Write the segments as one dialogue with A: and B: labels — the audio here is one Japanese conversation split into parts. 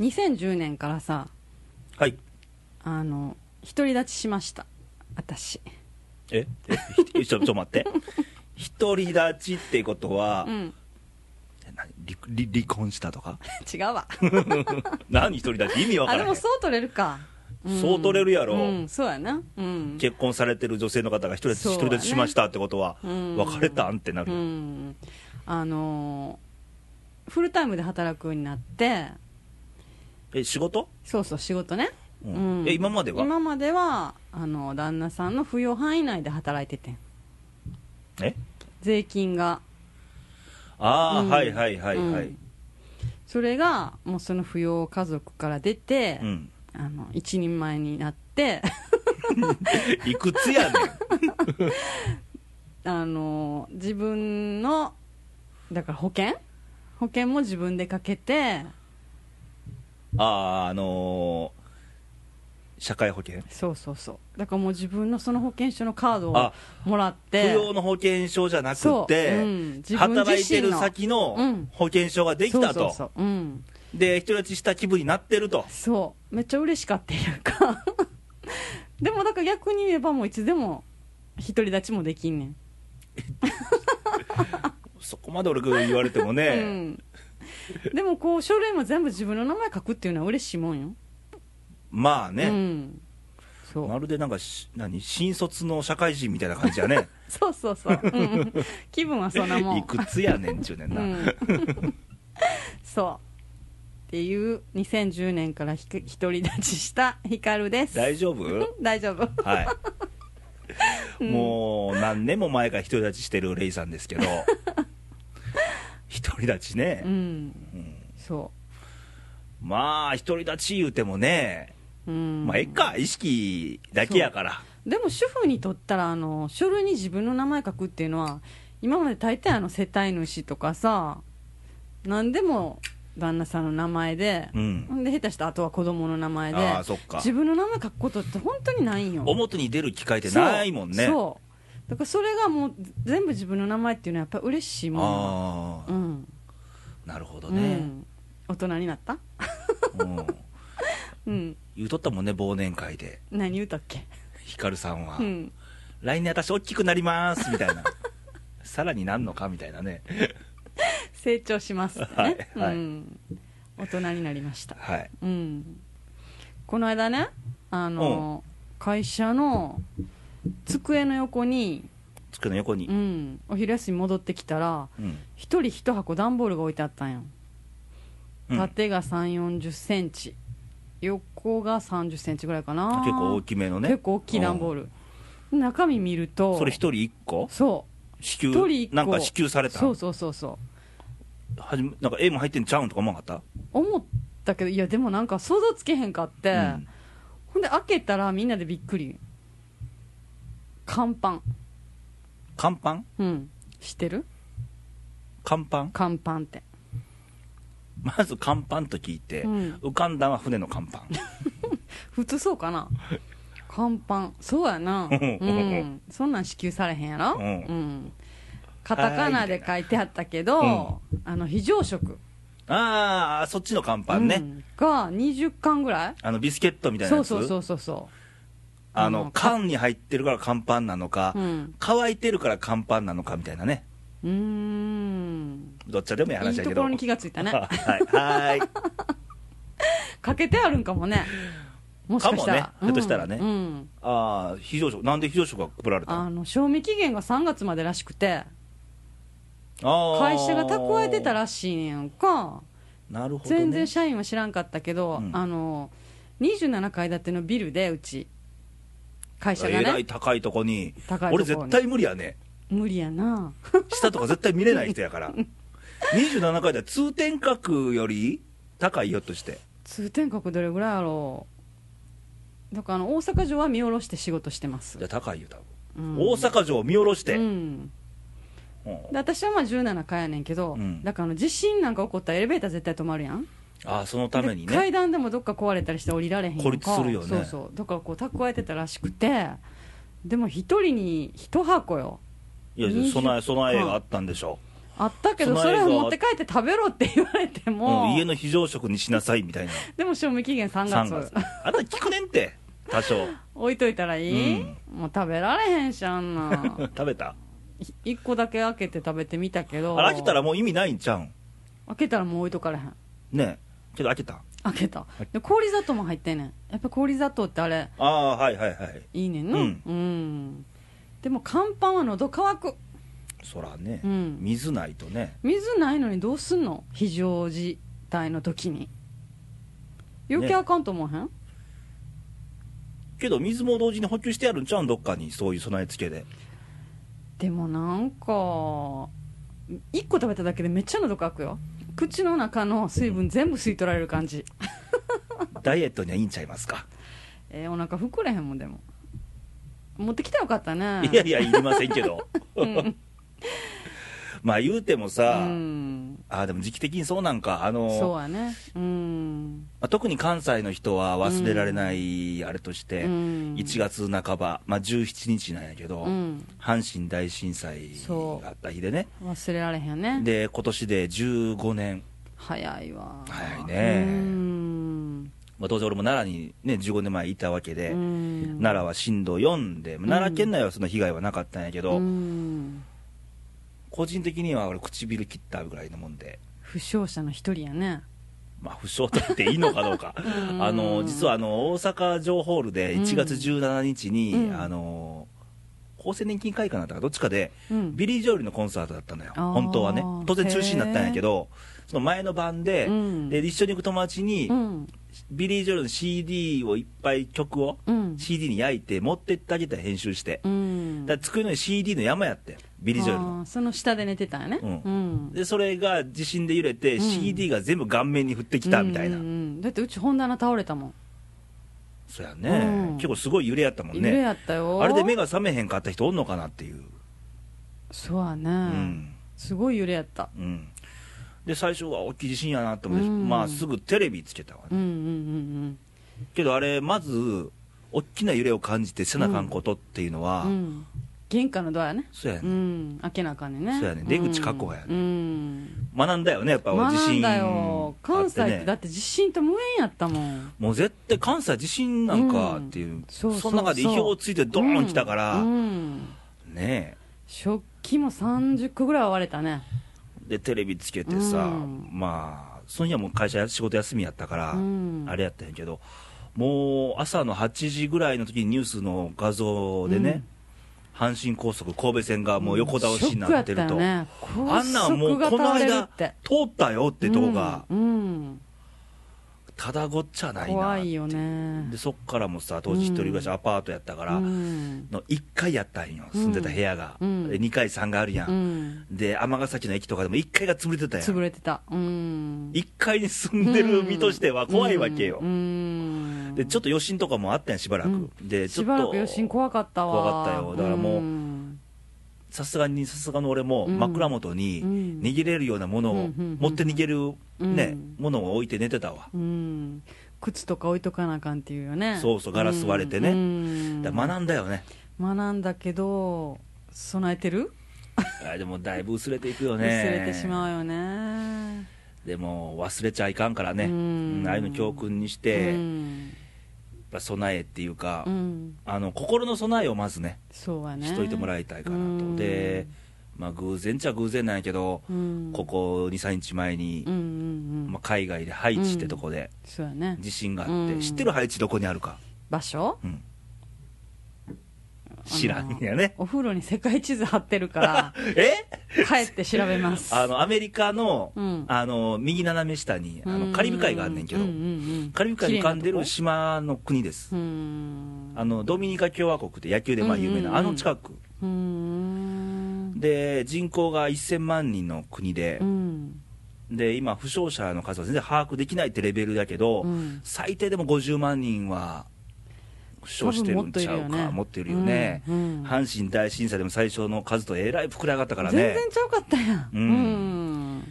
A: 2010年からさ
B: はい
A: あの独り立ちしました 私
B: ええひちょちょ待って独り立ちってことは、
A: うん
B: 何離離離婚したとか
A: 違うわ
B: 何独り立ち意味わか
A: あ
B: ら
A: で
B: へん
A: もそう取れるか、ん
B: そう取れるやろ
A: うんそうやなうん
B: 結婚されてる女性の方が独り立
A: そう
B: ち
A: や
B: 独
A: ね
B: り立ちしましたってことは、
A: うん
B: 別れたんってな
A: う
B: るよ、
A: んあのーフルタイムで働くようになって
B: え仕事、
A: そうそう仕事ね、
B: う
A: うんん、
B: え今までは
A: 今まではあの旦那さんの扶養範囲内で働いててん
B: え
A: 税金が
B: ああ、
A: うん
B: はいはいはいはい、
A: うんそれがもうその扶養家族から出て、
B: うん、
A: あの一人前になって
B: いくつやねん
A: あの自分のだから保険保険も自分でかけて
B: あああのー社会保険
A: そうそうそうだからもう自分のその保険証のカードを
B: あ
A: もらって
B: 扶養の保険証じゃなくて、
A: そううん自分自身の
B: 働いてる先
A: う
B: の
A: ん
B: 保険証ができたと、
A: そうそうそううん
B: で独り立ちした気分になってると
A: そうめっちゃ嬉しかったっていうか でもだから逆に言えばもういつでも独り立ちもできんねん、
B: そこまで俺が言われても ね、
A: うん、でもこう書類も全部自分の名前書くっていうのは嬉しいもんよ
B: まあ
A: う
B: ね、
A: ん、そう
B: まるでなんかし何新卒の社会人みたいな感じやね
A: そうそうそう、うんうん、気分は そんなもん
B: いくつやねんちゅうねんな、
A: うん、 そうっていう2010年からひく独り立ちしたヒカルです
B: 大丈夫
A: 大丈夫
B: はい、
A: うん
B: もう何年も前から独り立ちしてるレイさんです けど独り立ちね
A: う、ん
B: うん
A: そ
B: まあ独り立ち言うてもね
A: う、うん、
B: まあえっか意識だけやから
A: でも主婦にとったらあの書類に自分の名前書くっていうのは今まで大体あの世帯主とかさ何でも旦那さんの名前で、
B: うん
A: ほんで下手したらあとは子供の名前で
B: ああそっか
A: 自分の名前書くことって本当にないんよ
B: 表に出る機会ってないもんね
A: そうそうだからそれがもう全部自分の名前っていうのはやっぱ嬉しいもん
B: ああ、
A: うん、
B: なるほど
A: う
B: ね、
A: ん、大人になった
B: うん
A: うん
B: 言うとったもんね忘年会で
A: 何言うたっけ
B: ひかるさんは、
A: うん
B: 来年私大きくなります」みたいな さらになんのかみたいなね
A: 成長しますってね、
B: はいはい
A: うん、大人になりました
B: はい
A: うんこの間ねあの、会社の机の横に、
B: 机の横に
A: うん、お昼休み戻ってきたら
B: うん、
A: 一人一箱段ボールが置いてあったんよ
B: うん
A: 縦が3 4 0センチ横が3 0センチぐらいかな
B: 結構大きめのね
A: 結構大きい段ボール、中身見ると
B: それ一人一個
A: そ
B: 支
A: う一人一
B: 給
A: 個
B: なんか支給された
A: そうそうそうそう
B: はじめなんか絵も入ってんちゃうんとか思わなかっ
A: 思ったけどいやでもなんか想像つけへんかって、
B: た、うん
A: ほんで開けたらみんなでびっくり乾パン
B: 乾パン
A: うん知ってる
B: 乾パン
A: 乾パンって
B: まず乾パンと聞いて、
A: うん
B: 浮かんだのは船の乾パン
A: 普通そう かな乾パンそうやなうんそんなん支給されへんやろ
B: うん
A: んカタカナで書いてあったけど、あの非常食
B: ああそっちの乾パンね、
A: うんが20巻ぐらい
B: あのビスケットみたいな
A: そ
B: や
A: う
B: つ
A: そうそうそうそ
B: あ
A: あ
B: の
A: の
B: 缶に入ってるから乾パンなのか、
A: ううん
B: 乾いてるから乾パンなのかみたいなね
A: うーん
B: どっちでもいい
A: いい
B: 話だ
A: と
B: け
A: こ
B: ど
A: ろに気がつい たね
B: はいはーい
A: かけてあるんかもねもしかしたら
B: かもねひょっとしたらね
A: うんうん
B: ああ非常食なんで非常食が配られた
A: あ
B: の
A: の賞味期限が3月までらしくて
B: あー
A: 会社が蓄えてたらしいねやんか
B: なるほど、ね、
A: 全然社員は知らんかったけど、
B: うん
A: あの27階建てのビルでうち会社が
B: えらい
A: ね
B: 高いとこに
A: 高いとこ
B: 俺
A: に
B: 絶対無理やね
A: 無理やな
B: 下とか絶対見れない人やから27階では通天閣より高いよとして
A: 通天閣どれぐらいやろうだからあの大阪城は見下ろして仕事してます
B: いや高いよ多分、
A: う
B: 大
A: ん
B: 阪城を見下ろして、
A: うん
B: うん
A: で私はまあ17階やねんけど、
B: うん
A: だからあの地震なんか起こったらエレベーター絶対止まるやん
B: ああそのために
A: で階
B: ね
A: 段でもどっか壊れたりして降りられへんやんか
B: 孤立するよね
A: そうそうだからこう蓄えてたらしくてでも一人に一箱よ
B: いや
A: 20
B: 備え備えがあったんでしょう
A: あったけどそ
B: その映
A: れ
B: 画
A: を持って帰って食べろって言われて
B: う
A: も、
B: ん家の非常食にしなさいみたいな
A: でも賞味期限3月
B: 3月あんた聞くねんって多少
A: 置いといたらいい、
B: うん
A: もう食べられへんしあんな
B: 食べた
A: 1個だけ開けて食べてみたけど
B: あれ開けたらもう意味ないんちゃうん
A: 開けたらもう置いとかれへん
B: ねえちょっと開けた
A: 開けたで氷砂糖も入ってんねんやっぱ氷砂糖ってあれ
B: ああはいはいはい
A: いいねんな
B: うん
A: うんでも乾パンは喉乾く
B: そらね、
A: うん
B: 水ないとね
A: 水ないのにどうすんの非常事態の時に余計あかんと思わへん、
B: けど水も同時に補給してやるんちゃうんどっかにそういう備え付けで
A: でもなんか1個食べただけでめっちゃ喉乾くよ口の中の水分全部吸い取られる感じ、
B: ダイエットにはいいんちゃいますか、
A: えーお腹膨れへんもんでも持ってきたらよかったね
B: いやいやいりませんけど、
A: ん
B: まあ言うてもさ、
A: うん
B: あーでも時期的にそうなんかあ
A: そ
B: の
A: うやねうん、
B: まあ特に関西の人は忘れられないあれとして、
A: うん
B: 1月半ば、まあ、17日なんやけど、
A: うん、
B: 阪神大震災があった日でね
A: 忘れられへんよね
B: で今年で15年、
A: 早いわ
B: 早いね
A: うん
B: まあ、当然俺も奈良にね15年前いたわけで、
A: うん
B: 奈良は震度4で、まあ奈良県内はその被害はなかったんやけど、
A: うん
B: 個人的には俺唇切ったぐらいのもんで、
A: 負傷者の一人やね
B: まあ、負傷と言っていいのかどうか
A: うん
B: あの実はあの大阪城ホールで1月17日に、
A: うん
B: あの厚生年金会館だったかどっちかで
A: うん
B: ビリー・ジョエルのコンサートだったのよ
A: あー
B: 本当はね当然中止になったんやけどその前の晩で,、
A: うん
B: で一緒に行く友達に、
A: うん
B: ビリー・ジョエルの CD をいっぱい曲を
A: うん
B: CD に焼いて持ってってあげた編集して、
A: うん
B: だから机の上 CD の山やってんビリー・ジョエルの
A: あーその下で寝てたんやね
B: うん
A: ん
B: でそれが地震で揺れて、
A: うん
B: CD が全部顔面に降ってきたみたいな、
A: うんうんだってうち本棚倒れたもん
B: そやね、
A: うん
B: 結構すごい揺れやったもん
A: 夢
B: ね
A: やったよ
B: あれで目が覚めへんかった人おんのかなっていう
A: そうやね、
B: うん
A: すごい揺れやった
B: うんで最初は大きい地震やなと思って、
A: うん
B: まあすぐテレビつけたわ、
A: うんうんうん
B: けどあれまず大きな揺れを感じて背中んことっていうの
A: う
B: は、
A: んうん玄関のドアやね
B: そうや
A: う
B: ね、
A: ん開けなあかんねんね
B: そうやね出口確保やね
A: うん
B: 学んだよねやっぱ地
A: 学
B: 震
A: んだよ関西
B: あ
A: ってだって地震と無縁やったもん
B: もう絶対関西地震なんかっていう、
A: んそうそうそう
B: の中で意表をついてドーン来たから、
A: うんうん
B: ね
A: 食器も30個ぐらいは割れたね
B: えでテレビつけてさ、
A: うん
B: まあその日はもう会社や仕事休みやったから、
A: うん
B: あれやったんやけどもう朝の8時ぐらいの時にニュースの画像でね、阪神高速神戸線がもう横倒しになってると、
A: ショックやったよね
B: あんなんもう
A: 高
B: この
A: 速が倒れる
B: 間
A: っ
B: 通っ
A: て
B: たよって動画、
A: うんうん
B: ただごっちゃないなってう
A: 怖いよね
B: でそっからもさ当時一人暮らしアパートやったから、
A: うん
B: の1階やったんよ住んでた部屋が、
A: うん
B: で2階3階あるやん、
A: うん
B: で尼崎の駅とかでも1階が潰れてたやん
A: 潰れてたうん
B: 1階に住んでる身としては怖いわけよ、
A: うんうん
B: でちょっと余震とかもあったやんしばらく、
A: うん
B: でちょ
A: し
B: っと
A: ばらく余震怖かったわ
B: 怖かったよだからもうんさすがにさすがの俺も
A: うん
B: 枕元に
A: うん
B: 逃げれるようなもの
A: うん
B: を
A: うんうん
B: 持って逃げるね
A: うん
B: ものを置いて寝てたわ
A: うん靴とか置いとかなあかんっていうよね
B: そうそうガラス割れてね
A: うん
B: だから学んだよね
A: 学んだけど備えてる
B: あでもだいぶ薄れていくよ
A: 薄
B: ね
A: れてしまうよね
B: でも忘れちゃいかんからね
A: うん
B: うんああいうの教訓にして
A: う
B: やっ
A: ん
B: ぱ備えっていうか
A: うん
B: あの心の備えをまずね
A: そうやね
B: しといてもらいたいかな
A: う
B: と
A: ん
B: でまあ偶然っちゃ偶然なんやけど
A: うん
B: ここ23日前に
A: うんうんうん
B: まあ海外でハイチってとこで
A: そうやね
B: 地震があっ
A: うん
B: て知ってるハイチどこにあるか
A: 場所
B: うん知らん
A: あの
B: やね
A: お風呂に世界地図貼ってるから
B: え
A: 帰って調べます
B: あのアメリカの,、
A: うん
B: あの右斜め下にあ
A: う
B: の
A: ん
B: カリブ海があんねんけど、
A: ううん
B: カリブ海に浮かんで
A: 綺
B: る
A: 麗なとこ
B: 島の国です、
A: うん
B: あのドミニカ共和国って野球でまあ有名な、
A: うんうんうん
B: あの近く
A: うん
B: で人口が1000万人の国で
A: う、ん
B: で今負傷者の数は全然把握できないってレベルだけど、
A: うん
B: 最低でも50万人は負傷してるんちゃう
A: 多分もっといるよ
B: か
A: ね
B: 持ってるよね、
A: うんうん
B: 阪神大震災でも最初の数とえらい膨れ上がったからね
A: 全然ちゃうかったやん、
B: う
A: うんん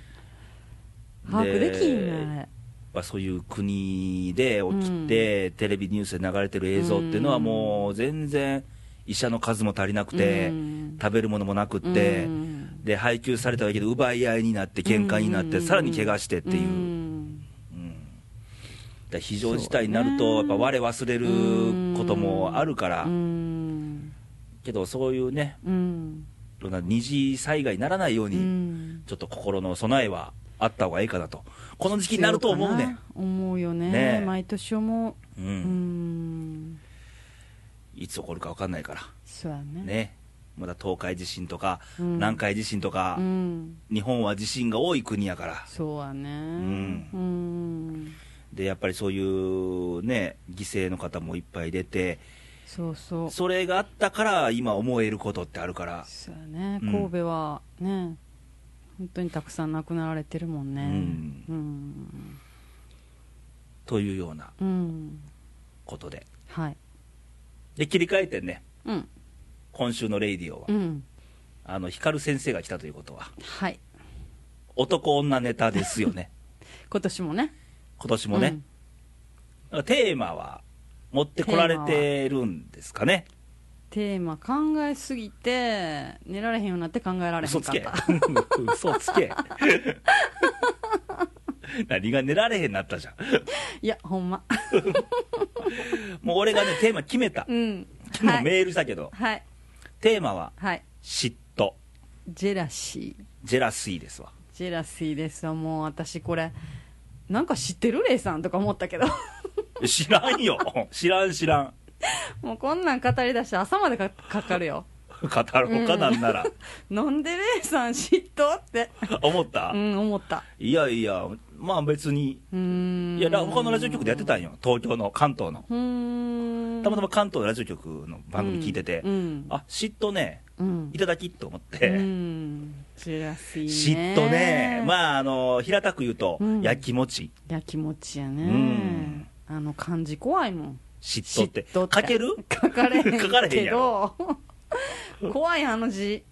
A: 把握できんねあれ
B: まあ、そういう国で起きて、テレビニュースで流れてる映像っていうのは
A: うん
B: もう全然医者の数も足りなくて、
A: うん
B: 食べるものもなくって、
A: うん
B: で配給されたわけで奪い合いになって喧嘩になっ
A: うんうん
B: て
A: うんうん
B: さらに怪我してっていう、う
A: ん
B: んだから非常事態になると
A: そうね
B: やっぱ我忘れることもあるから、
A: うん
B: けどそういうね
A: うん
B: いろんな二次災害にならないよう
A: う
B: に、
A: ん
B: ちょっと心の備えはあった方がいいかなとこの時期になると思うねん
A: 思うよね
B: ねえ
A: 毎年思
B: う、
A: ううんん
B: いつ起こるか分かんないから
A: そうやね
B: ねまだ東海地震とか
A: うん
B: 南海地震とか、
A: うん
B: 日本は地震が多い国やから
A: そうやね
B: ん
A: うん
B: でやっぱりそういうね犠牲の方もいっぱい出て
A: そうそう
B: それがあったから今思えることってあるから、
A: そうやね
B: うん
A: 神戸はね、本当にたくさん亡くなられてるもんね
B: うん
A: うん、
B: というような
A: うん
B: ことで
A: はい
B: で切り替えてね
A: うん
B: 今週の「レイディオは」
A: うん
B: あの光先生が来たということは
A: はい
B: 男女ネタですよ ね
A: 今年もね
B: 今年もね、
A: うん
B: なんかテーマは持ってこられてるんですかね
A: テーマ考えすぎて寝られへんようになって考えられへん
B: 嘘
A: かっ
B: つけ
A: た
B: 嘘つ け何が寝られへんなったじゃん
A: いやほんま
B: もう俺がねテーマ決めた
A: う、ん
B: も
A: は
B: う
A: い
B: メールしたけど
A: はい
B: テーマは
A: はい
B: 嫉妬
A: ジェラシー
B: ジェラシーですわ
A: ジェラシーですわもう私これなんか知ってるレイさんとか思ったけど
B: 知らんよ 知らん知らん
A: もうこんなん語り出して朝までかかかるよ
B: 語ろうかなんなら、
A: なんでレイさん嫉妬って
B: 思った、
A: うん思った
B: いやいやまあ別に
A: うーん
B: いやら他のラジオ局でやってたんよ東京の関東の
A: うーん
B: たまたま関東のラジオ局の番組聞いてて、
A: うん
B: あ嫉妬ね
A: うん
B: いただきと思って、
A: うんジェラシー
B: 嫉
A: ね
B: 妬ね、まあ、あの平たく言うと、
A: うん
B: やきもち、
A: いや気持ちやね
B: うん
A: あの漢字怖いもん
B: 嫉妬って、
A: 嫉妬って
B: 書ける
A: 書かれへん
B: 書かれへん
A: け
B: やろ
A: ど 怖いあの字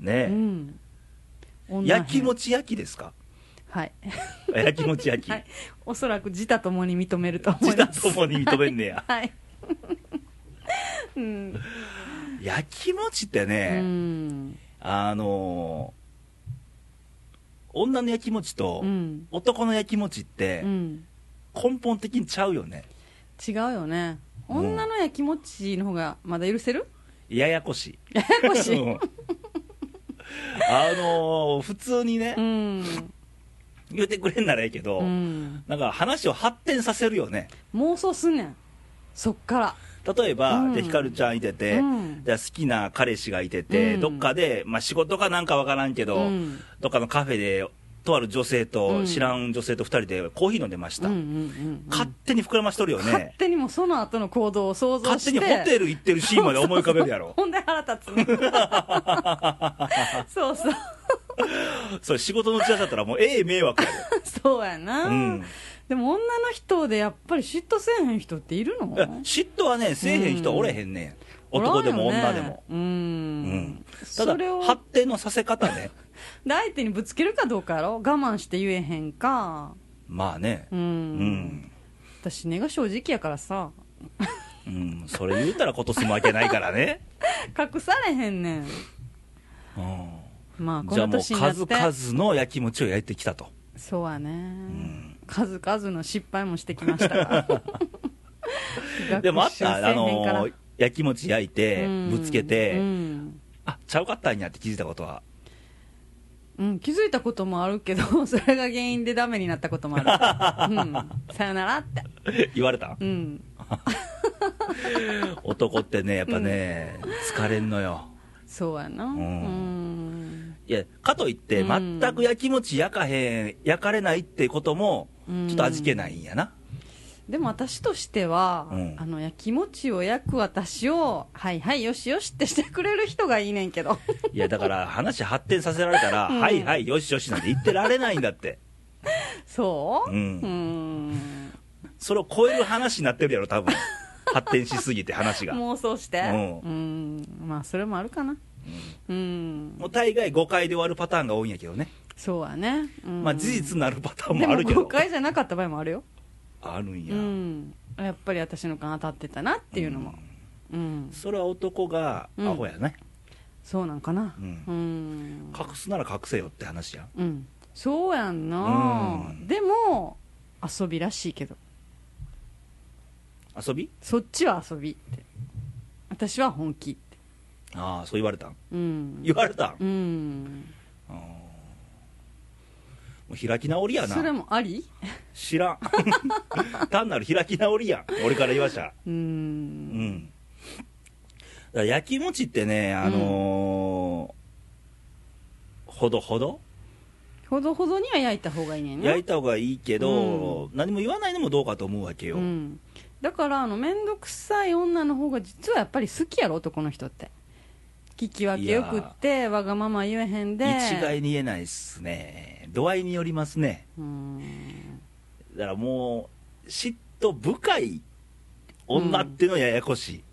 A: う
B: ね
A: ん
B: え、やきも
A: ち
B: ちやきですか、
A: はい
B: あやきもちやき、
A: はいおそらく自他ともに認めると思
B: 自
A: い
B: 他
A: ます
B: ともに認めんねや、
A: はいうん
B: やきもちって
A: う
B: ね、
A: ん
B: あのー女のやきもちと、
A: うん
B: 男のやきもちって、
A: うん
B: 根本的にちゃうよね、
A: 違うよね
B: うん
A: 女のやきもちの方がまだ許せる
B: ややこしい。
A: ややこし
B: う
A: い
B: んあのー普通にね
A: う、ん、
B: 言ってくれんならええけど、
A: うん、
B: なんか話を発展させるよね。
A: 妄想すんねんそっから
B: 例えば、
A: うん
B: でひかるちゃんいてて、
A: うん
B: じゃあ好きな彼氏がいてて、
A: うん
B: どっかで、まあ、仕事かなんかわからんけど、
A: うん
B: どっかのカフェでとある女性と、
A: うん
B: 知らん女性と2人でコーヒー飲んでました、
A: うんうんうん
B: 勝手に膨らましとるよ
A: 勝
B: ね
A: 手にもうその後の行動を想像
B: 勝
A: して
B: 手にホテル行ってるシーンまで思い浮かべるやろ
A: ほんで腹立 つねそうそう
B: それ仕事の打ち合わせだったらもうええ迷惑や
A: そうやな、
B: ろ、うん、
A: でも女の人でやっぱり嫉妬せえへん人っているの
B: いや嫉妬はねせえへん人はおれへんねん、男でも
A: おらんよ
B: 女
A: ね
B: でも、
A: うん、
B: うん、ただ
A: それを
B: 発展のさせ方ね
A: で相手にぶつけるかどうかやろ我慢して言えへんか
B: まあね
A: うん、
B: うん、
A: 私根が正直やからさ
B: うん、それ言うたらことすむわけないからね
A: 隠されへんねん
B: うん
A: まあこ
B: じゃあ
A: の
B: もう
A: 年になって
B: 数々のやきもちを焼いてきたと、
A: そうはね、
B: ん
A: 数々の失敗もしてきましたから
B: でもあった、あ
A: 学習せえへんから
B: のやきもち焼いて、
A: うん
B: ぶつけて、
A: うん
B: あちゃうかったんやって気づいたことは、
A: うん、気づいたこともあるけど それが原因でダメになったこともある、うん、さよならって
B: 言われた
A: う、ん
B: 男ってね、やっぱね、疲れんのよ、
A: そうやなう
B: うん
A: ん
B: いや、かといって、
A: うん
B: 全くやきもち焼かへん、焼かれないってことも、ち
A: うん
B: ょっと味気ないんやな、
A: でも私としては、
B: うん
A: あのやきもちを焼く私をはいはいよしよしってしてくれる人がいいねんけど
B: いや、だから話発展させられたら、
A: うん
B: はいはい、よしよしなんて言ってられないんだって、
A: そう
B: う、
A: うんん
B: それを超える話になってるやろ、多分発展しすぎて話が。
A: 妄想して
B: う
A: うんまあそれもあるかなうん
B: もう大概誤解で終わるパターンが多いんやけどね、
A: そうやね、うん
B: まあ、事実になるパターン
A: で
B: もあ
A: も
B: るけど
A: 誤解じゃなかった場合もあるよ
B: あるんや、
A: うんやっぱり私の勘当たってたなっていうのもうん、
B: それは男がアホやね、
A: そうなんかな
B: うん
A: うん
B: 隠すなら隠せよって話やん
A: うんそうやんな
B: うん
A: でも遊びらしいけど
B: 遊び
A: そっちは遊びって私は本気って
B: ああそう言われたん
A: うん
B: 言われたん、
A: うん
B: あーもう開き直りや
A: それ
B: な
A: もあり
B: 知らん 単なる開き直りやん俺から言わしゃ
A: う
B: うんんだから焼きもちってねあのーほどほど
A: ほどほどには焼いた方がいいねんな
B: 焼いた方がいいけど、何も言わないのもどうかと思うわけよ、
A: うん、だからあの面倒くさい女の方が実はやっぱり好きやろ男の人って聞き分けよくってわがまま言えへんで
B: 一概に言えないっすね度合いによりますね
A: うん
B: だからもう嫉妬深い女っていうのはややこしい、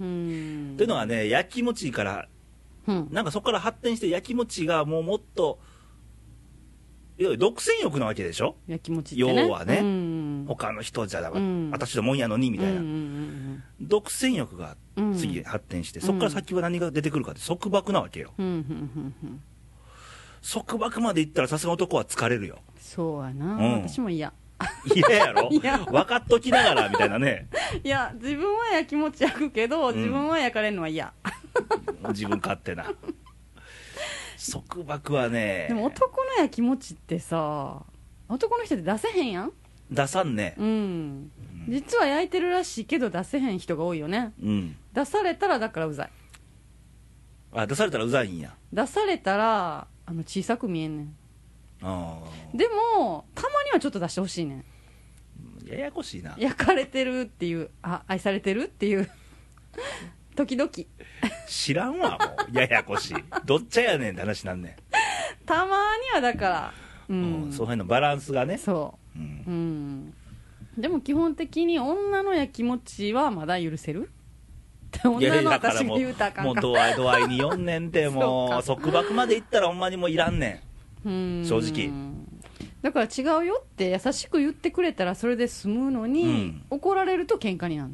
A: うん
B: というのはねやきもちから
A: うん
B: なんかそこから発展してやきもちがもうもっといや独占欲なわけでしょ
A: やきもちってね
B: 要はね
A: うん、
B: 他の人じゃだ、
A: うん
B: 私のもんやのにみたいな、
A: うんうん
B: 独占欲が
A: うんうん
B: 次
A: うん
B: 発展して、
A: うん
B: そこから先は何が出てくるかって束縛なわけよ
A: うんうんうん
B: 束縛までいったらさすが男は疲れる よ
A: そうやな、
B: うん
A: 私も嫌
B: 嫌やろ
A: いや
B: 分かっときながらみたいなね
A: いや自分はやきもち焼くけど
B: ん
A: 自分は焼かれるのは嫌、
B: 自分勝手な束縛は
A: でも
B: ね
A: 男のやきもちってさ男の人って出せへんやん
B: 出さんね
A: うん実は焼いてるらしいけど出せへん人が多いよね
B: うん
A: 出されたらだからうざい
B: あ出されたらうざいんや
A: 出されたらあの小さく見えんね
B: あ
A: んでもたまにはちょっと出してほしいねん
B: ーややこしいな
A: 焼かれてるっていうあ愛されてるっていう時々
B: 知らんわも うややこしいどっちゃやねんって話なんね、
A: たまにはだからうんん、
B: うん、その辺のバランスがね、
A: そ
B: うん
A: ううんでも基本的に女のやきもちはまだ許せるって
B: いや
A: 女
B: い
A: の
B: やだから
A: 私が
B: も
A: 言うたらあか
B: う、も
A: ん
B: う
A: か
B: 度合い度合いに4年 って、もう
A: そ
B: 束縛までいったら、ほんまにもういらんね
A: うん
B: 正直
A: だから違うよって優しく言ってくれたらそれで済むのに、
B: うん
A: 怒られると喧嘩になる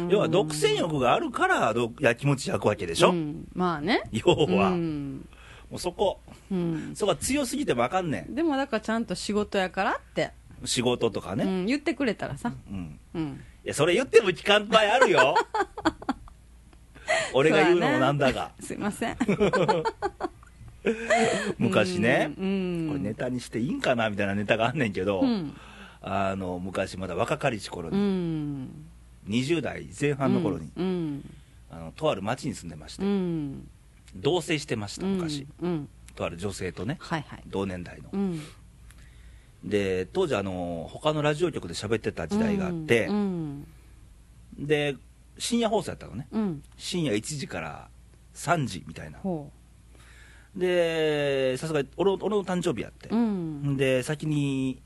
B: ん、要は独占欲があるから、どやきもち焼くわけで
A: で
B: しょ、
A: まあね
B: 要は、
A: うん
B: もうそこ、
A: うん
B: そこは強すぎてもあかんね
A: でもだからちゃんと仕事やからって、
B: ん、仕事とか
A: う
B: ね、
A: ん、言ってくれたらさ、
B: うん
A: うん、
B: いやそれ言っても聞かん場合ある よ、俺が言うのもなんだが、
A: すいません
B: 昔ね、
A: うんうん
B: これネタにしていいんかなみたいなネタがあんねんけど、
A: うん
B: あの昔、まだ若かりし頃
A: う
B: に、
A: ん
B: 20代前半の頃に、
A: うん
B: あのとある町に住んでまして、
A: うん
B: 同棲してました、昔。
A: うん、うん、
B: とある女性とね
A: はいはい
B: 同年代の
A: うん
B: で当時あの他のラジオ局で喋ってた時代があって、
A: うん
B: で深夜放送やったのね
A: うん、うん、
B: 深夜1時から3時みたいな
A: ほ
B: でさすがに俺の俺の誕生日やって
A: う、うん
B: で先に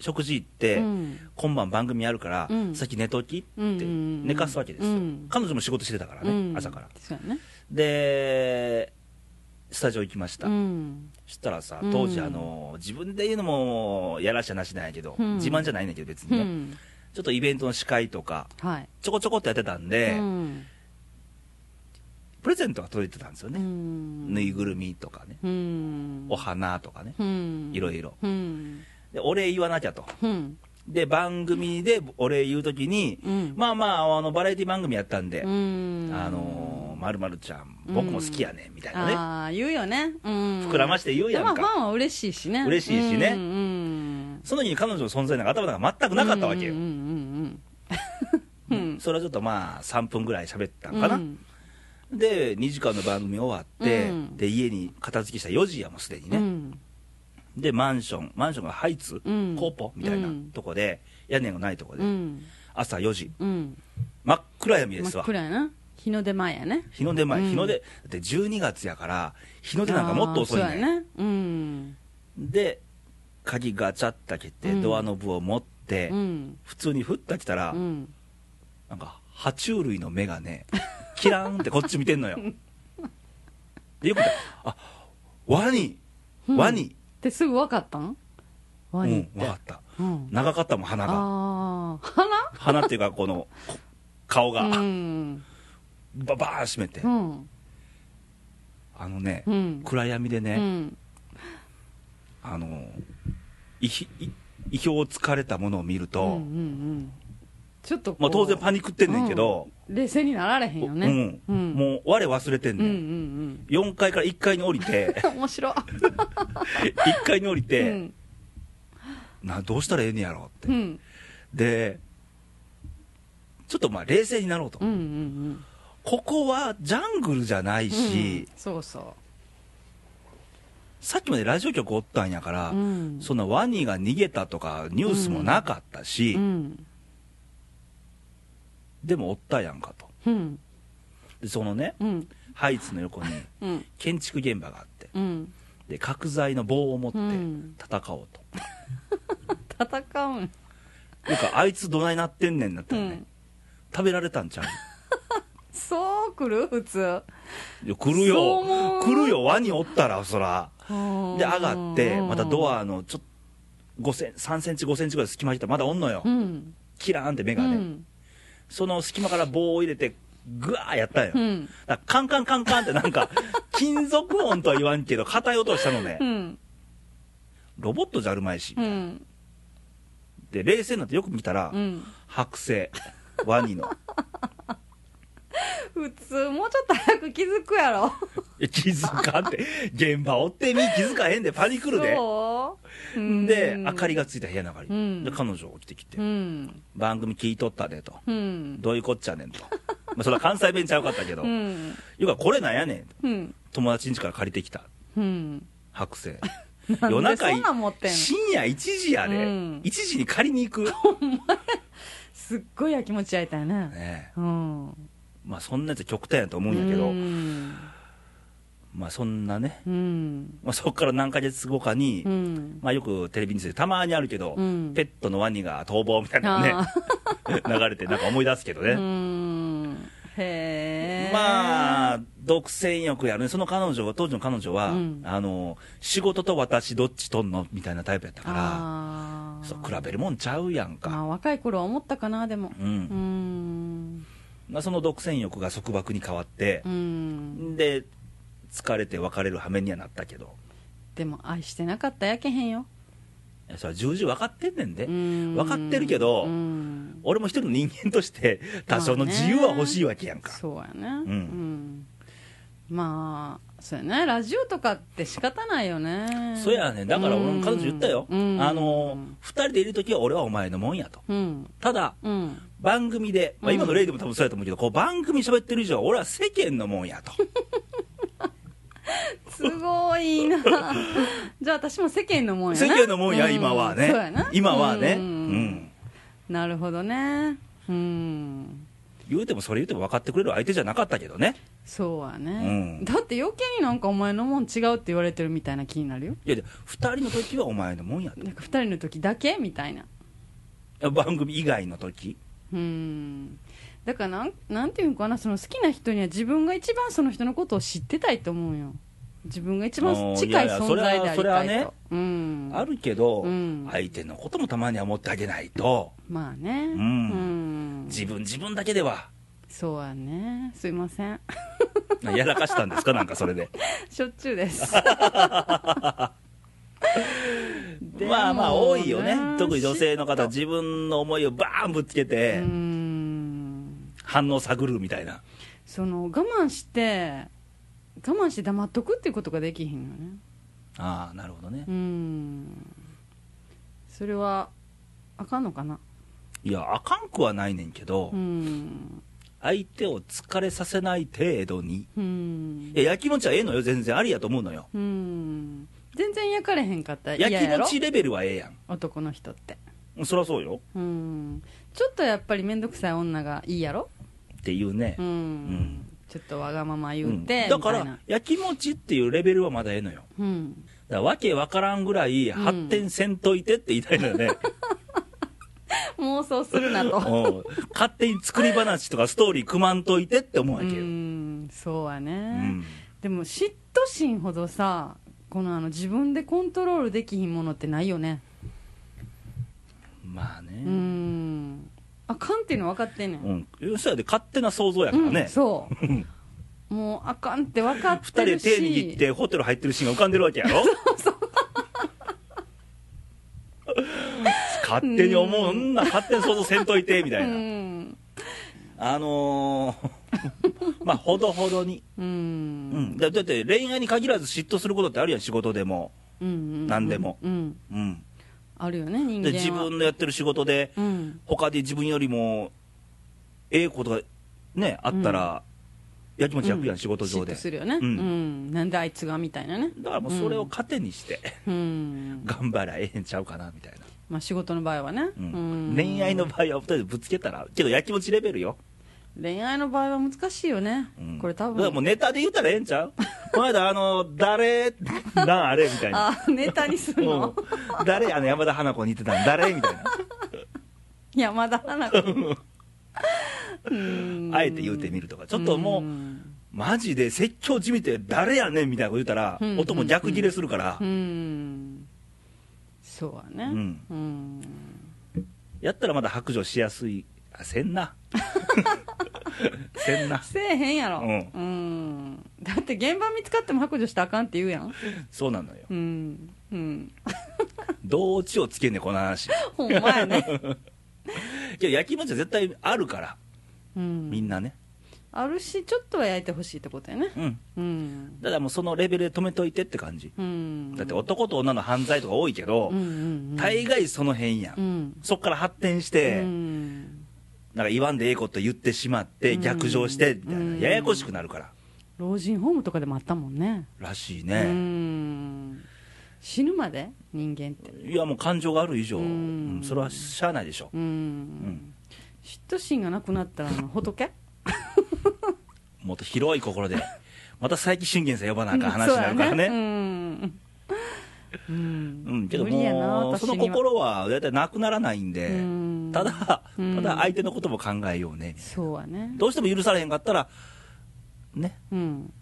B: 食事行って、
A: うん
B: 今晩番組あるから、
A: うん
B: 先寝ときって
A: うんうんうん
B: 寝かすわけですよ、
A: うん
B: 彼女も仕事してたからね、
A: うん
B: 朝から
A: そうやね
B: でスタジオ行きました、
A: うん
B: そしたらさ
A: うん
B: 当時、あの自分で言うのもやらしゃなしなんやけど、
A: うん
B: 自慢じゃないんだけど別に
A: う
B: ね、
A: ん
B: ちょっとイベントの司会とか
A: はい
B: ちょこちょこっとやってたんで、
A: うん
B: プレゼントが届いてたんですよ
A: う
B: ね、
A: ん
B: ぬいぐるみとかね
A: うん
B: お花とかね
A: うん
B: いろいろ
A: うん
B: でお礼言わなきゃと
A: うん
B: で番組でお礼言うときに、
A: うん
B: まあまああのバラエティ番組やったんで、
A: うん
B: あのまるまるちゃん僕も好きやねみたいなね、
A: ああ言うよねうん
B: 膨らまして言うやんか
A: でもファンは嬉しいしね
B: 嬉しいしね
A: うんうん
B: その時に彼女の存在なんか頭なんか全く
A: うん
B: なかったわけよ、
A: うんうんうんうん
B: それはちょっとまあ3分ぐらい喋った
A: うん
B: のかな、
A: うん
B: で2時間の番組終わって、
A: うん
B: で家に片付けした4時やもうすでにね、
A: うん
B: でマンションマンションがハイツ、
A: うん
B: コーポみたいな
A: うん
B: とこで屋根がないとこで、
A: うん
B: 朝4時
A: うん
B: 真っ暗闇です
A: 真っ
B: わ
A: 暗やな日の出前やね
B: 日の出前、
A: うん
B: 日の出だって12月やから日の出なんかもっと遅い
A: あ
B: ね
A: ーそうやねうん
B: で鍵ガチャッと開けて、
A: うん
B: ドアノブを持って、
A: うん
B: 普通にふったきたら、
A: うん
B: なんか爬虫類の目がねキラーンってこっち見てんのよでよく見たらあワニ
A: うん
B: ワニ、
A: ってすぐ分かったん
B: う
A: ワニっ
B: ん、
A: て
B: 分かった
A: うん
B: 長かったもん鼻が
A: ああー
B: 鼻っていうかこのこ顔
A: 鼻
B: が
A: うん
B: ババーン閉めて、
A: うん
B: あのね、
A: うん
B: 暗闇で
A: う
B: ね、
A: ん
B: あの意表意表をつかれたものを見ると、
A: うんうんうんちょっとこう
B: まあ、当然パニックってんねんけど、
A: 冷静になられへんよね
B: うん
A: う
B: もう我忘れてん
A: うんう
B: ね
A: ん
B: ん、
A: うん
B: 4階から1階に降り て
A: 面白い
B: 1階に降りて、
A: うん
B: などうしたらええねやろって、
A: うん
B: でちょっとまあ冷静になろうと、
A: うんうんうん
B: ここはジャングルじゃないし、
A: うんそうそ
B: さっきまでラジオ局おったんやから、
A: ううん
B: そんなワニが逃げたとかニュースもなかったし、
A: うん
B: でもおったやんかと
A: うん
B: でそのね
A: うん
B: ハイツの横に
A: うん
B: 建築現場があって
A: うん
B: で角材の棒を持って
A: うん
B: 戦おうと、
A: 戦うん
B: なんかあいつどないなってんねんなった
A: う
B: よね、
A: ん
B: 食べられたんちゃう
A: そう来る普通
B: いや来る
A: そう
B: よ
A: 思う
B: 来るよワニおったらそら
A: で
B: で上
A: 上
B: がってまたドアのちょっと5セン3センチ5センチぐらい隙間入ったらまだおんのよ、
A: うん
B: キラーンって目
A: う
B: がね、
A: ん
B: その隙間から棒を入れてグワーやったんよ、
A: うん
B: だからカンカンカンカンってなん か金属音とは言わんけど硬い音をしたのね、
A: うん
B: ロボットじゃあるまいし、
A: うん
B: で冷静になってよく見たら、
A: うん
B: 剥製ワニの
A: 普通もうちょっと早く気づくやろ
B: いや気づかんって現場おってみ気づかへんでパニクるで
A: そううん
B: で明かりがついた部屋の明かり、
A: うん
B: で彼女起きてきて、
A: うん
B: 番組聞いとったでと、
A: うん
B: どういうこっちゃねんとまあそれは関西弁ちゃうかったけど、
A: うん
B: ゆかこれなんやねん
A: うん
B: 友達ん家から借りてきた
A: うん
B: 剥製
A: 夜
B: 夜中
A: そ んなん持ってんの
B: 深夜1時やで、
A: うん
B: 1時に借りに行く、
A: すっごいやきもち焼いたよね
B: ねえ
A: うん
B: まあそんなやつ極端やと思うんやけど、
A: うん
B: まあそんなね、
A: うん
B: まあ、そこから何ヶ月後かに、
A: うん
B: まあ、よくテレビニュースでたまにあるけど、
A: うん
B: ペットのワニが逃亡みたいなのね
A: あ
B: 流れてなんか思い出すけど
A: う
B: ね、
A: んへえ
B: ま
A: あ
B: あ独占欲やるねその彼女は当時の彼女は、
A: うん
B: あの仕事と私どっちとんのみたいなタイプやったか
A: あ
B: ら
A: ー
B: そう比べるもんちゃうやん
A: ま
B: か、
A: あ若い頃は思ったかなでも
B: う
A: うんん
B: まあ、その独占欲が束縛に変わって
A: う、ん
B: で疲れて別れる羽目にはなったけど
A: でも愛してなかったやけへんよ
B: いやそれは重々分かってんねんで、
A: 分
B: わかってるけど
A: うん
B: 俺も一人の人間として多少の自由は欲しいわけやんか、
A: そうやね
B: ん
A: うんまあそうやねラジオとかって仕方ないよね
B: そうやねだから俺
A: うん
B: も彼女言ったよ、
A: うん
B: あの2人でいる時は俺はお前のもんやと
A: うん
B: ただ
A: うん
B: 番組で、まあ、
A: うん
B: 今の例でも多分そうやと思うけど、こう番組喋ってる以上は俺は世間のもんやと
A: すご いなじゃあ私も世間のもんや
B: 世
A: な
B: 間のもんや、今はね
A: そうやな
B: 今はね、う
A: うんんなるほどねうん
B: 言うてもそれ言うても分かってくれる相手じゃなかったけどね
A: そうやね、
B: うん
A: だって余計になんかお前のもん違うって言われてるみたいな気になるよ
B: いやいや2人の時はお前のもんや
A: なんか2人の時だけみたいな
B: と番組以外の時
A: うんだからなんなんていうのかなその好きな人には自分が一番その人のことを知ってたいと思うよ自分が一番
B: おー
A: 近い
B: いやいや
A: 存在であり
B: それは
A: たいと
B: それはね
A: うん、
B: あるけど、
A: うん
B: 相手のこともたまには思ってあげないと
A: まあねうんん
B: 自分自分だけでは
A: そうやねすいません
B: やらかしたんですかなんかそれで
A: しょっちゅうですで
B: まあまあ
A: も
B: 多いよね
A: な
B: 特に女性の
A: 嫉
B: 方
A: 妬
B: 自分の思いをバーンぶつけて、
A: うん
B: 反応探るみたいな
A: その我慢して我慢して黙っとくっていうことができひんよね
B: ああなるほどね
A: うんそれはあかんのかない
B: やあかんくはないねんけど、
A: うん
B: 相手を疲れさせない程度に
A: うん
B: いややきもちはええのよ全然ありやと思うのよ
A: うん全然焼かれへんかったら
B: や
A: 嫌
B: き
A: や
B: も
A: ろ
B: ちレベルはええやん
A: 男の人って
B: うんそりゃそうよ
A: うんちょっとやっぱり面倒くさい女がいいやろ
B: っていうね
A: うん、
B: ん
A: ちょっとわがまま
B: う
A: 言
B: ん
A: うて、
B: だか
A: みた
B: ら
A: いな
B: やきもちっていうレベルはまだええのよ
A: うん
B: だからわけわからんぐらい
A: うん
B: 発展せんといてって言いたいのよ ね、
A: 妄想する なと
B: うん勝手に作り話とかストーリー組まんといてって思うわ
A: う
B: けよ、
A: んそうやね、
B: うん
A: でも嫉妬心ほどさこのあの自分でコントロールできひんものってないよね
B: まあね、
A: うーんあかんっていうの分かってんねん、
B: うん、そうやで勝手な想像やから
A: うん
B: ね、
A: そう もうあかんって分かっ
B: 二
A: て
B: 人で
A: るし
B: 手握ってホテル入ってるシーンが浮かんでるわけや ろ勝手に思ううんな勝手に想像せんといてみたいうな、
A: ん
B: あのー まあほどほどに、
A: う
B: うんん、だだって恋愛に限らず嫉妬することってあるやん仕事でも、
A: うん
B: 何でも
A: うん
B: うん、
A: あるよね人間
B: で
A: は
B: 自分のやってる仕事で
A: うん
B: 他で自分よりもええことがねあったら、やきもち焼くやん、仕事上
A: 嫉
B: で
A: 妬するよね
B: う
A: うんんなんであいつがみたいなね
B: だからもうそれを糧にして、
A: うん
B: 頑張らええんちゃうかなみたいな、
A: まあ仕事の場合はね
B: うん
A: うん
B: 恋愛の場合は二人でぶつけたらけどやきもちレベルよ、
A: 恋愛の場合は難しいよね
B: うん
A: これ多
B: だからもう
A: 分
B: ネタで言ったらええんちゃうこの間あの誰なんあれみたいな
A: あネタにするの
B: うん誰あの山田花子に似てたん誰みたいな
A: 山田 花子うん
B: あえて言うてみるとかちょっともう、
A: ん
B: マジで説教じみて誰やねんみたいなこと言うたら、
A: うん
B: 音も逆切れするから、
A: うんそうやね
B: うん
A: うん
B: やったらまだ白状しやすいあせんなせんな
A: せえへんやろ
B: う
A: うんんだって現場見つかっても白状したらあかんって言うやん
B: そうなのよ
A: うん うん
B: どうオチをつけんねんこの話
A: ほんまやね
B: いや焼きもちは絶対あるから
A: うん
B: みんなね
A: あるしちょっとは焼いてほしいってことやね
B: うん
A: うん
B: ただもうそのレベルで止めといてって感じ、
A: うん
B: だって男と女の犯罪とか多いけど、
A: うんうん
B: 大概その辺やん、
A: うん
B: そっから発展し
A: う
B: て、
A: ん
B: なんか言わんでええこと言ってしまって、
A: うん
B: 逆上してみたいな、
A: うん
B: ややこしくなるから、
A: 老人ホームとかでもあったもんね
B: らしいうね、
A: ん死ぬまで人間って
B: いやもう感情がある以上、う
A: うんん
B: それはしゃあないでしょ、
A: うん、嫉妬心がなくなったらあの仏
B: もっと広い心 で、また佐伯俊元さん呼ばなあかん話になるからね、
A: そううんん、うん
B: けど
A: 無理やな
B: もう、
A: 私
B: そ
A: には
B: の心は大体なくならないんで、
A: うん
B: ただ、
A: うん
B: ただ相手のことも考えようね、
A: そうはね
B: どうしても許されへんかったら、ね、
A: うん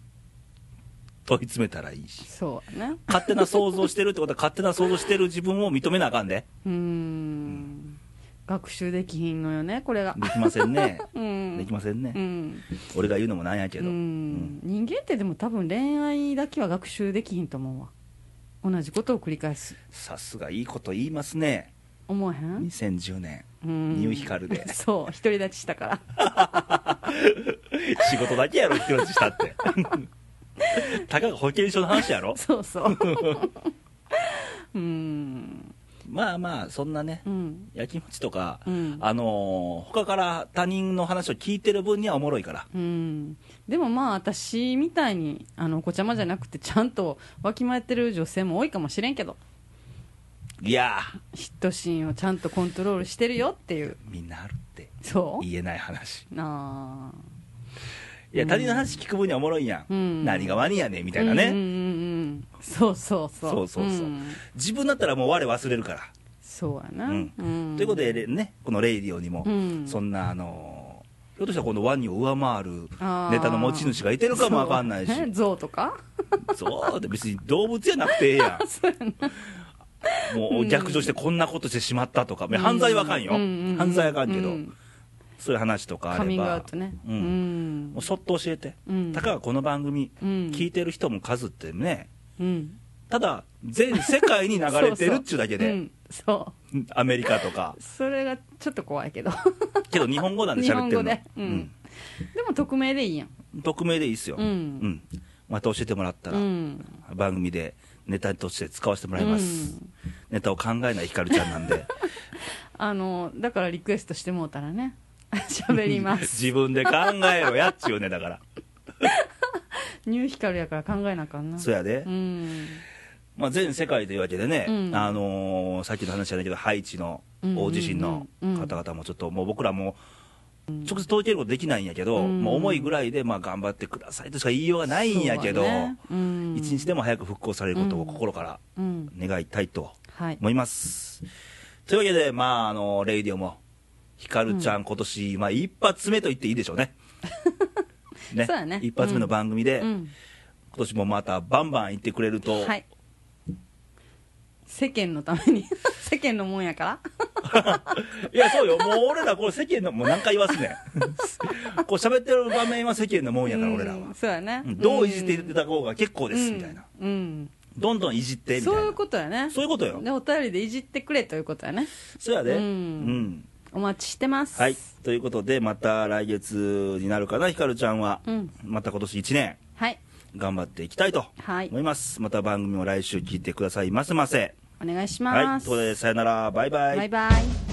B: 問い詰めたらいいし。
A: そうはね
B: 勝手な想像してるってことは勝手な想像してる自分を認めなあかんで
A: うん、学習できひんのよねこれが
B: できませんね
A: うん
B: できませんね、
A: うん
B: 俺が言うのもなんやけど、
A: うん人間ってでも多分恋愛だけは学習できひんと思うわ同じことを繰り返す
B: さすがいいこと言いますね
A: 思わへん
B: 2010年
A: うん
B: ニューヒカルで
A: そう独り立ちしたから
B: 仕事だけやろって話したって たかが保険証の話やろ
A: そうそう うん
B: まあまあそんなね
A: うん
B: やきもちとか、
A: うん
B: あのー他から他人の話を聞いてる分にはおもろいから
A: うん、でもまあ私みたいにあのお子ちゃまじゃなくてちゃんとわきまえてる女性も多いかもしれんけど
B: いや
A: 嫉妬心をちゃんとコントロールしてるよっていう
B: ーみんなあるって
A: そう
B: 言えない話
A: なあ
B: いや他人の話聞く分にはおもろいやん、
A: うん
B: 何がワニやねんみ
A: み
B: たいなね、
A: うんうんうんうんそうそうそう
B: そうそうそう、
A: ん
B: 自分だったらもう我忘れるから、
A: そうやな、
B: うんということでねこのレイディオにも、
A: うん
B: そんなあのーひょっとしたらこのワニを上回る
A: あー
B: ネタの持ち主がいてるかもわかんないし
A: そうね象とか
B: そうだ別に動物じゃなくてええや
A: そうやなん
B: もう逆上してこんなことしてしまったとか、犯罪はあかんよ、
A: うんうんうん
B: 犯罪はあかんけど、
A: うん
B: そういう話とかあ
A: カ
B: れ
A: ミングアウ
B: ば
A: トね
B: うん
A: ん
B: もうそっと教えて、
A: うん
B: たかがこの番組
A: うん
B: 聞いてる人も数ってね
A: うん
B: ただ全世界に流れてるっちゅうだけ
A: そ
B: で
A: んそう
B: アメリカとか
A: それがちょっと怖いけど
B: けど日本語なんで喋ってるの
A: 日本語でうんでも匿名でいいやん
B: 匿名でいいっすよ、
A: うん
B: また教えてもらった
A: う
B: ら、
A: ん
B: 番組でネタとして使わせてもらいます、
A: うん
B: ネタを考えないひかるちゃんなん で
A: あのだからリクエストしてもうたらね 喋りま す
B: 自分で考えろやっちゅうねだから
A: ニューヒカルやから考えなあかんな
B: そやで、
A: うん
B: まあ、全世界というわけでね、
A: うん
B: あのーさっきの話じゃないけどハイチの大地震の方々もちょっともう僕らも直接届けることできないんやけど、
A: うん
B: もう重いぐらいでまあ頑張ってくださいとしか言いようがないんやけど、
A: そうやねうん
B: 一日でも早く復興されることを心から
A: うん
B: 願いたいと
A: はい
B: 思います。というわけで、まあ、あの、レイディオも、ひかるちゃん、今年、まあ、一発目と言っていいでしょう ね。ね
A: そうやね
B: 一発目の番組で、
A: う
B: 今
A: ん
B: 年もまたバンバン言ってくれると、
A: はい世間のために世間のもんやから
B: いや、そうよ。もう俺ら、これ世間の、もう何回言わすねん。 こう喋ってる場面は世間のもんやから、俺ら
A: う
B: は
A: ん。そうやね
B: うんどういじっていただこうが結構です、みたいな。
A: うんうん
B: どんどんいじって、みたい
A: そ
B: な。
A: ういうことやね
B: そういうことよ
A: でお便りでいじってくれということやね
B: そうやで。
A: うん
B: うん
A: お待ちしてます
B: はい。ということで、また来月になるかな、ひかるちゃんは。
A: うん
B: また今年1年、
A: はい
B: 頑張っていきたいと
A: はい
B: 思います。また番組も来週聞いてくださいませませ。
A: お願いし
B: はい。
A: ます、
B: ということで、さよなら、バイバイ
A: バイ。バイ